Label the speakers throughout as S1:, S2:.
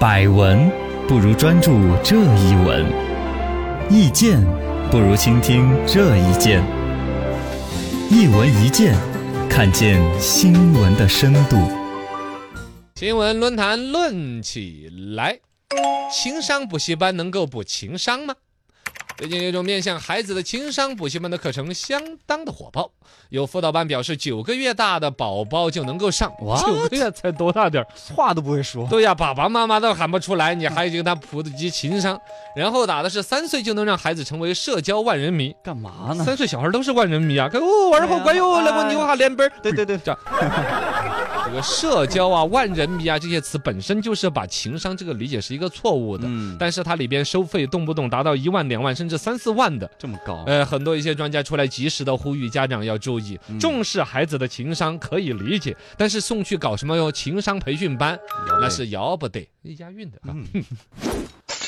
S1: 百闻不如专注这一闻，意见不如倾听这一见。一闻一见，看见新闻的深度。
S2: 新闻论坛论起来，情商补习班能够补情商吗？最近有一种面向孩子的情商补习班的课程相当的火爆，有辅导班表示九个月大的宝宝就能够上，九个月才多大点儿？
S3: 话都不会说，
S2: 对呀、爸爸妈妈都喊不出来，你还给他普及情商，然后打的是三岁就能让孩子成为社交万人迷，
S3: 干嘛呢？
S2: 三岁小孩都是万人迷啊！看哦，玩儿好乖哟，
S3: 啊哎呀
S2: 来我牛哈连杯儿。
S3: 对对对
S2: 这样。这个社交啊、万人迷啊这些词本身就是把情商这个理解是一个错误的，
S3: 嗯
S2: 但是它里边收费动不动达到一万、两万甚至三四万的。
S3: 这么高，
S2: 呃，很多一些专家出来及时的呼吁家长要注意，
S3: 嗯
S2: 重视孩子的情商可以理解，但是送去搞什么哟情商培训班，那是要不得，押韵的。
S3: 嗯
S2: 啊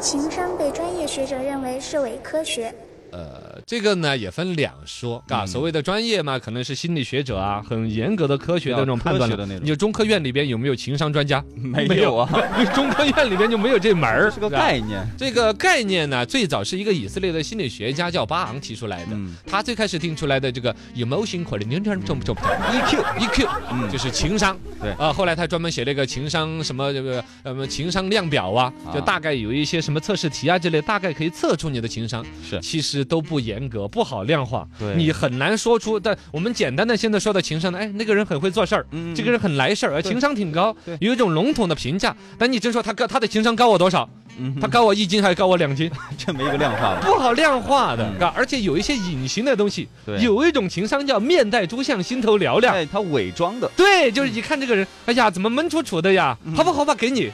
S4: 情商被专业学者认为是伪科学。
S2: 呃，这个呢也分两说，
S3: 嗯
S2: 啊，所谓的专业嘛，可能是心理学者啊，很严格的科学的那种判断
S3: 比较科学的那种
S2: 你就中科院里边有没有情商专家？
S3: 没有啊，
S2: 中科院里边就没有这门儿，
S3: 是个
S2: 是吧
S3: 概念。
S2: 这个概念呢，最早是一个以色列的心理学家叫巴昂提出来的。
S3: 嗯
S2: 他最开始定出来的这个 emotion coordination 重不重不重？EQ EQ、
S3: 嗯
S2: ，E 就是情商。
S3: 对
S2: 啊，后来他专门写了一个情商什么这个呃情商量表啊，
S3: 啊
S2: 就大概有一些什么测试题啊之类，大概可以测出你的情商。
S3: 是
S2: 其实都不严格，不好量化。
S3: 对
S2: 你很难说出。但我们简单的现在说到情商呢，哎，那个人很会做事儿，
S3: 嗯
S2: 这个人很来事儿，呃
S3: 对
S2: 情商挺高
S3: 对，
S2: 有一种笼统的评价。但你真说他高，他的情商高我多少？
S3: 嗯
S2: 他高我一斤还是高我两斤，
S3: 这没一个量化 了。
S2: 不好量化的，
S3: 嗯
S2: 嘎而且有一些隐形的东西，
S3: 对
S2: 有一种情商叫面带猪相，心头嘹亮。
S3: 哎，他伪装的，
S2: 对，就是一看这个人，哎呀，怎么闷楚楚的呀？
S3: 嗯
S2: 好吧，好吧，给 你，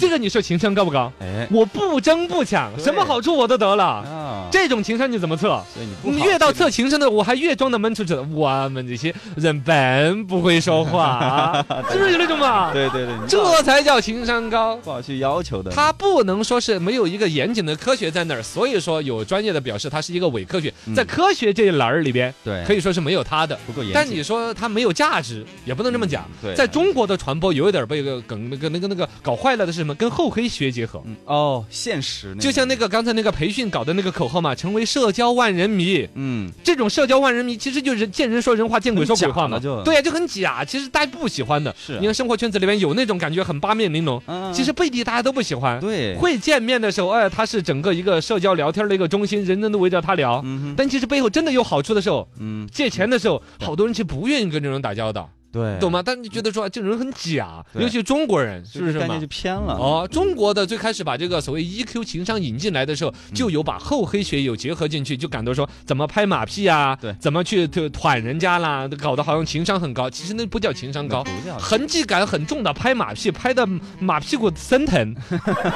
S2: 这个你说情商高不高？
S3: 哎
S2: 我不争不抢，
S3: 对
S2: 什么好处我都得了。
S3: 啊，
S2: 这种情商你怎么测？
S3: 所以你不
S2: 你
S3: 好
S2: 越到
S3: 这
S2: 测情商的，我还越装的闷楚楚的。我们这些人本不会说 话，啊是不是有那种嘛？
S3: 个，对对对，你不好
S2: 这才叫情商高。
S3: 不好去要求的。
S2: 它不能说是没有一个严谨的科学在那儿，所以说有专业的表示它是一个伪科学，
S3: 嗯
S2: 在科学这一栏儿里边，
S3: 对
S2: 可以说是没有它的。
S3: 不够严谨，嗯
S2: 但你说它没有价值，也不能这么讲。
S3: 对
S2: 在中国的传播有一点儿被个梗那个那个那个搞坏了的是什么？跟厚黑学结合。
S3: 嗯哦，现实个
S2: 就像那个刚才那个培训搞的那个口号嘛，成为社交万人迷。
S3: 嗯，
S2: 这种社交万人迷，其实就是见人说人话，见鬼说鬼话嘛。
S3: 很假了就
S2: 对呀、就很假。其实大家不喜欢的。
S3: 是啊
S2: 你看生活圈子里面有那种感觉很八面玲珑，
S3: 嗯
S2: 其实背地大家都不喜欢。
S3: 对，
S2: 会见面的时候，哎，他是整个一个社交聊天的一个中心，人人都围着他聊。
S3: 嗯哼
S2: 但其实背后真的有好处的时候，
S3: 嗯，
S2: 借钱的时候，好多人其实不愿意跟这种人打交道，
S3: 对，
S2: 懂吗？但你觉得说这种人很假，
S3: 对
S2: 尤其中国人，是
S3: 所以
S2: 不
S3: 这
S2: 是
S3: 概
S2: 嘛
S3: 念就？偏了。
S2: 哦，中国的最开始把这个所谓 EQ 情商引进来的时候，
S3: 嗯
S2: 就有把厚黑学有结合进去，就感到说怎么拍马屁啊，
S3: 对
S2: 怎么去就团人家啦，搞得好像情商很高，其实那不叫情商高
S3: 那，不叫
S2: 痕迹感很重的拍马屁，拍的马屁股生 疼，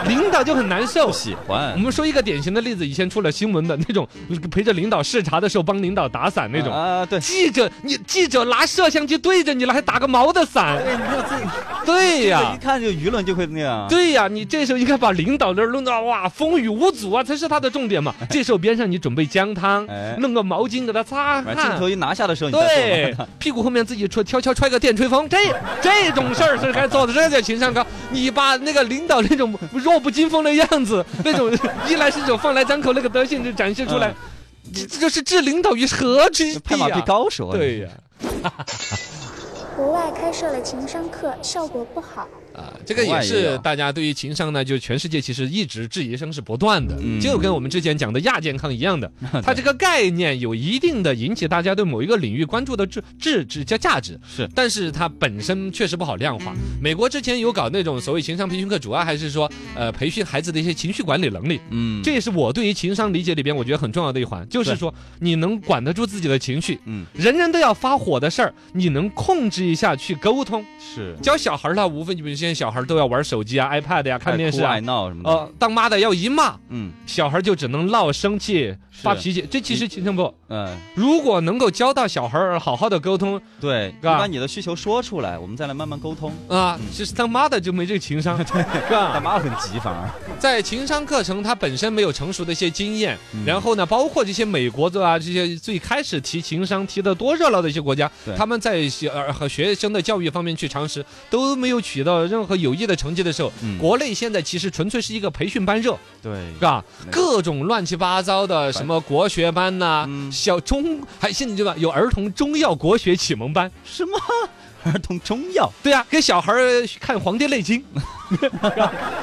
S2: 领导就很难受
S3: 不。喜
S2: 我
S3: 欢
S2: 们说一个典型的例子，以前出了新闻的那种，陪着领导视察的时候帮领导打伞那种。
S3: 啊，对，
S2: 记者，你记者拿摄像机对着你了，还打个毛的伞？
S3: 哎对，你看这
S2: 对呀、
S3: 这一看就舆论就会那样。
S2: 对啊呀、你这时候应该把领导那儿弄到哇风雨无阻啊，才是他的重点 嘛。这时候边上你准备姜汤
S3: 哎，
S2: 弄个毛巾给他擦
S3: 把镜头
S2: 汗。
S3: 一拿下的时候，你再
S2: 对
S3: 做嘛，
S2: 屁股后面自己揣悄悄揣个电吹风， 这这种事儿是该做的，这叫情商高。你把那个领导那种弱不禁风的样子，那种衣来伸手饭来张口那个德性就展现出来，这这就是置领导于何之地、呀
S3: 嗯拍马屁高手啊，
S2: 对呀、
S4: 国外开设了情商课，效果不好。
S2: 啊，这个
S3: 国
S2: 也
S3: 外也
S2: 是
S3: 有
S2: 大家对于情商呢，就全世界其实一直质疑声是不断的，
S3: 嗯
S2: 就跟我们之前讲的亚健康一样的， 它这个概念有一定的引起大家对某一个领域关注的质质质加价值，
S3: 是嗯
S2: 但是它本身确实不好量化。美国之前有搞那种所谓情商培训课，主要还是说呃培训孩子的一些情绪管理能力，
S3: 嗯，
S2: 这也是我对于情商理解里边我觉得很重要的一环，就是
S3: 对
S2: 说你能管得住自己的情绪，
S3: 嗯
S2: 人人都要发火的事儿，你能控制一下去沟通。
S3: 是
S2: 教小孩儿呢，无非就比如现在小孩儿都要玩手机啊、iPad 呀、看
S3: 爱
S2: 电视
S3: 哭
S2: 啊
S3: 爱。闹什么的，
S2: 呃，当妈的要一骂，
S3: 嗯
S2: 小孩儿就只能闹、生气、
S3: 是
S2: 发脾气。这其实情商不，
S3: 嗯，
S2: 如果能够教到小孩儿好好的沟通
S3: 对，你
S2: 吧
S3: 把你的需求说出来，我们再来慢慢沟通。
S2: 啊，其实当妈的就没这个情 商，是吧
S3: 大妈很急，反而
S2: 在情商课程它本身没有成熟的一些经验，
S3: 嗯
S2: 然后呢，包括这些美国的啊，这些最开始提情商提的多热闹的一些国家
S3: 对，
S2: 他们在学呃和学生的教育方面去尝试，都没有取到任何有益的成绩的时候，
S3: 嗯
S2: 国内现在其实纯粹是一个培训班热，
S3: 对
S2: 是，吧
S3: 没？
S2: 各种乱七八糟的什么国学班呐、
S3: 嗯
S2: 小中还甚至吧有儿童中药国学启蒙班，
S3: 什么儿童中药？
S2: 对啊，给小孩儿看《黄帝内经》，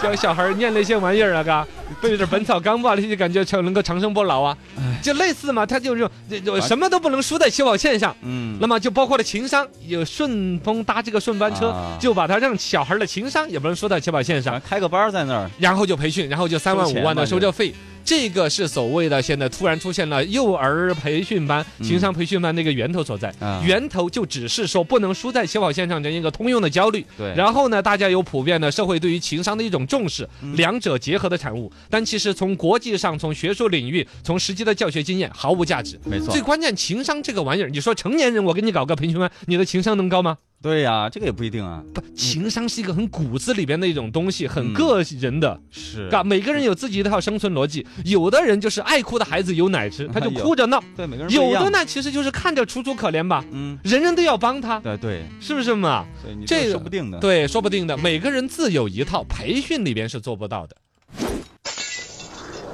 S2: 教小孩儿念那些玩意儿啊，嘎，背着《本草纲目》啊，那些感觉就能够长生不老啊，就类似嘛，他就是这这什么都不能输在起跑线上。
S3: 嗯
S2: 那，么就包括了情商，有顺风搭这个顺班车，
S3: 啊
S2: 就把他让小孩儿的情商也不能输在起跑线上
S3: 咱，开个班儿在那儿，
S2: 然后就培训，然后就三万
S3: 收钱
S2: 五万的
S3: 嘛
S2: 收这费。这个是所谓的现在突然出现了幼儿培训班、
S3: 嗯
S2: 情商培训班那个源头所在
S3: 啊。
S2: 源头就只是说不能输在起跑线上这样一个通用的焦虑。
S3: 对
S2: 然后呢，大家有普遍的社会对于情商的一种重视，
S3: 嗯
S2: 两者结合的产物。但其实从国际上、从学术领域、从实际的教学经验毫无价值。
S3: 没错
S2: 最，关键，情商这个玩意儿，你说成年人我给你搞个培训班，你的情商能高吗？
S3: 对呀，这个也不一定啊，
S2: 不，情商是一个很骨子里边的一种东西，
S3: 嗯
S2: 很个人的。
S3: 是
S2: 啊，每个人有自己一套生存逻辑，有的人就是爱哭的孩子有奶吃， 他就哭着闹；
S3: 对每个人不一
S2: 有
S3: 样
S2: 的，呢，其实就是看着楚楚可怜吧，
S3: 嗯，
S2: 人人都要帮他，
S3: 对对，
S2: 是不是嘛？
S3: 所以你
S2: 这
S3: 这
S2: 个
S3: 个说不定的，
S2: 对，说不定的，每个人自有一套，培训里边是做不到的。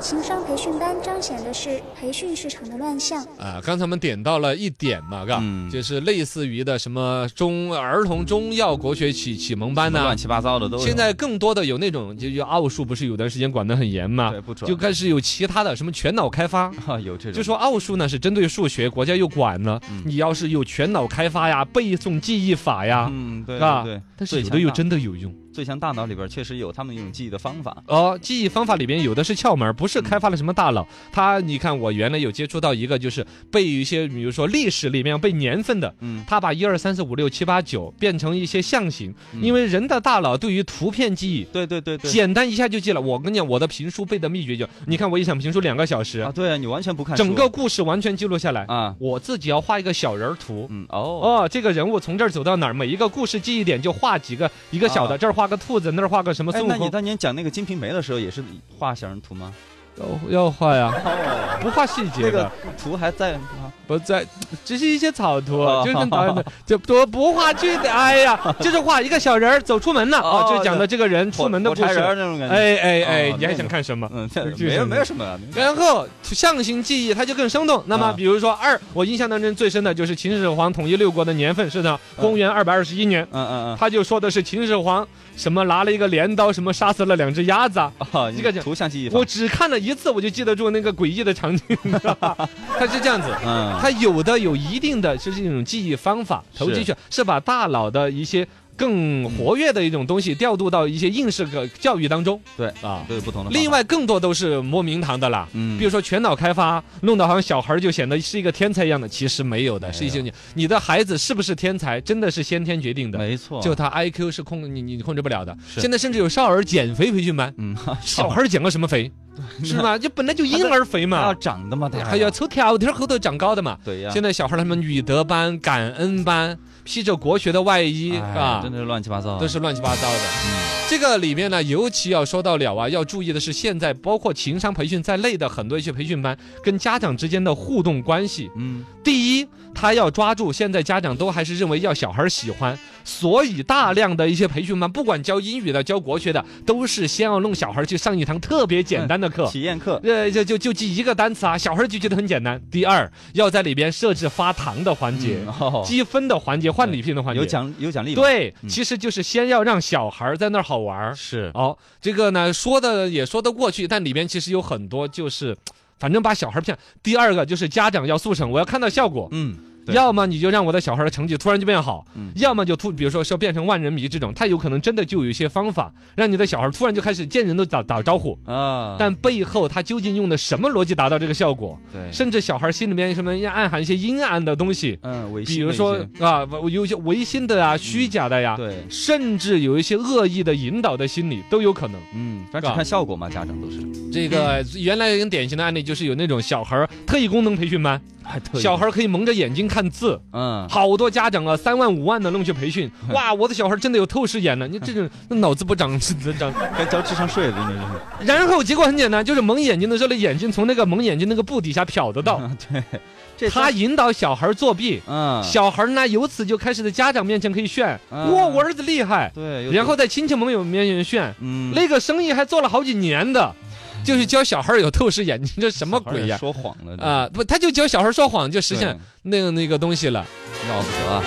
S4: 情商培训班彰显的是培训市场的乱象。
S2: 啊，刚才我们点到了一点嘛，嘎、
S3: 嗯
S2: 啊就是类似于的什么中儿童中药国学启启蒙班
S3: 什么
S2: 呐、
S3: 乱七八糟的都有
S2: 现在更多的有那种，就就奥数不是有段时间管得很严嘛
S3: 对，不准
S2: 就开始有其他的什么全脑开发，
S3: 啊 有这种，
S2: 就说奥数呢是针对数学，国家又管了，
S3: 嗯
S2: 你要是有全脑开发呀、背诵记忆法呀，
S3: 嗯对
S2: 是吧
S3: 对对，
S2: 但是
S3: 最
S2: 有的
S3: 强
S2: 又
S3: 大
S2: 真的有用。
S3: 最强大脑里边确实有他们一种记忆的方法，
S2: 哦，记忆方法里边有的是窍门儿，不是开
S3: 嗯
S2: 发了什么大脑。他你看，我原来有接触到一个，就是背一些，比如说历史里面要背年份的。
S3: 嗯，
S2: 他把一二三四五六七八九变成一些象形，
S3: 嗯
S2: 因为人的大脑对于图片记忆
S3: 对对对嗯对，
S2: 简单一下就记了。我跟你讲，我的评书背的秘诀就，你看我一场评书两个小时
S3: 啊，，对啊，你完全不看
S2: 整
S3: 书
S2: 个故事完全记录下来。
S3: 啊，
S2: 我自己要画一个小人儿图，
S3: 嗯哦，
S2: 哦，这个人物从这儿走到哪儿，每一个故事记忆点就画几个，一个小的，
S3: 啊
S2: 这儿画个兔子，那儿画个什么
S3: 哎
S2: 孙，悟
S3: 那你
S2: 空，
S3: 当年讲那个《金瓶梅》的时候也是画小人图吗？
S2: 要要画呀，
S3: 哦，
S2: 不画细节的
S3: 那个，图还在吗？
S2: 不在，只是一些草图
S3: 哦，
S2: 就是跟导演的，就不不画剧 的，哎呀，就是画一个小人儿走出门了，哦
S3: 哦，
S2: 就讲的这个人出门的故
S3: 火柴人儿
S2: 事，
S3: 那种感觉，
S2: 哎哎哎
S3: 哦，
S2: 你还
S3: 那
S2: 想
S3: 种
S2: 看什么？
S3: 嗯，这
S2: 就
S3: 没
S2: 是
S3: 有没有什么，
S2: 然后象形记忆它就更生动。那么
S3: 啊
S2: 比如说二，我印象当中最深的就是秦始皇统一六国的年份是呢，公元二百二十一年。
S3: 嗯嗯嗯，
S2: 他就说的是秦始皇什么拿了一个镰刀，什么杀死了两只鸭子啊。
S3: 啊，你
S2: 这个就
S3: 图像记忆法
S2: 我，只看了一次，我就记得住那个诡异的场景。 他是这样子，
S3: 嗯，
S2: 他有的有一定的就是一种记忆方法投进去，是把大脑的一些更活跃的一种东西调度到一些应试个教育当中。
S3: 对
S2: 啊，
S3: 都有不同的方法。
S2: 另外更多都是摸名堂的啦。
S3: 嗯，
S2: 比如说全脑开发，弄得好像小孩儿就显得是一个天才一样的，其实没有的，是一些你你的孩子是不是天才，真的是先天决定的。
S3: 没错，
S2: 就他 IQ 是控你你控制不了的。
S3: 哦是
S2: 现在甚至有少儿减肥培训班，
S3: 嗯，
S2: 小孩儿减个什么 肥，是吗？就本来就婴儿肥
S3: 还要
S2: 嘛，哎
S3: 长 的嘛，他
S2: 还要抽条条后头长高的嘛。
S3: 啊哎对啊呀，
S2: 现在小孩儿他们女德班、感恩班，披着国学的外衣
S3: 哎
S2: 啊
S3: 真，的是乱七八糟啊，
S2: 都是乱七八糟的。这个里面呢，尤其要说到了啊，要注意的是，现在包括情商培训在内的很多一些培训班，跟家长之间的互动关系。
S3: 嗯，
S2: 第一，他要抓住现在家长都还是认为要小孩喜欢，所以大量的一些培训班，不管教英语的、教国学的，都是先要弄小孩去上一堂特别简单的课。
S3: 体验课，
S2: 呃，就就就记一个单词啊，小孩就觉得很简单。第二，要在里边设置发糖的环节、
S3: 嗯哦
S2: 积分的环节、换礼品的环节。
S3: 有奖有奖励吗，
S2: 对，
S3: 嗯
S2: 其实就是先要让小孩在那儿好玩儿。
S3: 是
S2: 哦，这个呢说的也说得过去，但里面其实有很多就是，反正把小孩骗。第二个就是家长要速成，我要看到效果。
S3: 嗯，对
S2: 要么你就让我的小孩的成绩突然就变好，
S3: 嗯
S2: 要么就突，比如说说变成万人迷这种，他有可能真的就有一些方法，让你的小孩突然就开始见人都打打招呼。
S3: 啊，
S2: 但背后他究竟用的什么逻辑达到这个效果？
S3: 对，
S2: 甚至小孩心里面什么要暗含一些阴暗的东西，
S3: 嗯，违
S2: 比
S3: 心
S2: 如
S3: 的一
S2: 说
S3: 些嗯
S2: 啊，有一些违心的呀、虚假的呀，
S3: 对，
S2: 甚至有一些恶意的引导的心理都有可能。
S3: 嗯，反正只看效果嘛，家长都是，
S2: 这个
S3: 嗯
S2: 原来很典型的案例就是有那种小孩儿特异功能培训班，
S3: 还特意
S2: 小孩儿可以蒙着眼睛看字，
S3: 嗯，
S2: 好多家长啊三万五万的弄去培 训，哇，我的小孩真的有透视眼了，你这种那脑子不长长。
S3: 该交智商税了，真的
S2: 然后结果很简单，就是蒙眼睛的时候，那眼睛从那个蒙眼睛那个布底下瞟得到，
S3: 是，对，这
S2: 他
S3: 算
S2: 引导小孩作弊，
S3: 嗯，
S2: 小孩呢由此就开始在家长面前可以炫，
S3: 嗯
S2: 哇，我儿子厉害，
S3: 对，有
S2: 然后
S3: 点
S2: 在亲戚盟友面前炫，
S3: 嗯，
S2: 那个生意还做了好几年的，就是教小孩有透视眼睛，这什么
S3: 小孩儿也
S2: 鬼呀？啊
S3: 说谎了
S2: 啊，不，他就教小孩说谎，就实现
S3: 对
S2: 那个那个东西了。
S3: 要不得啊，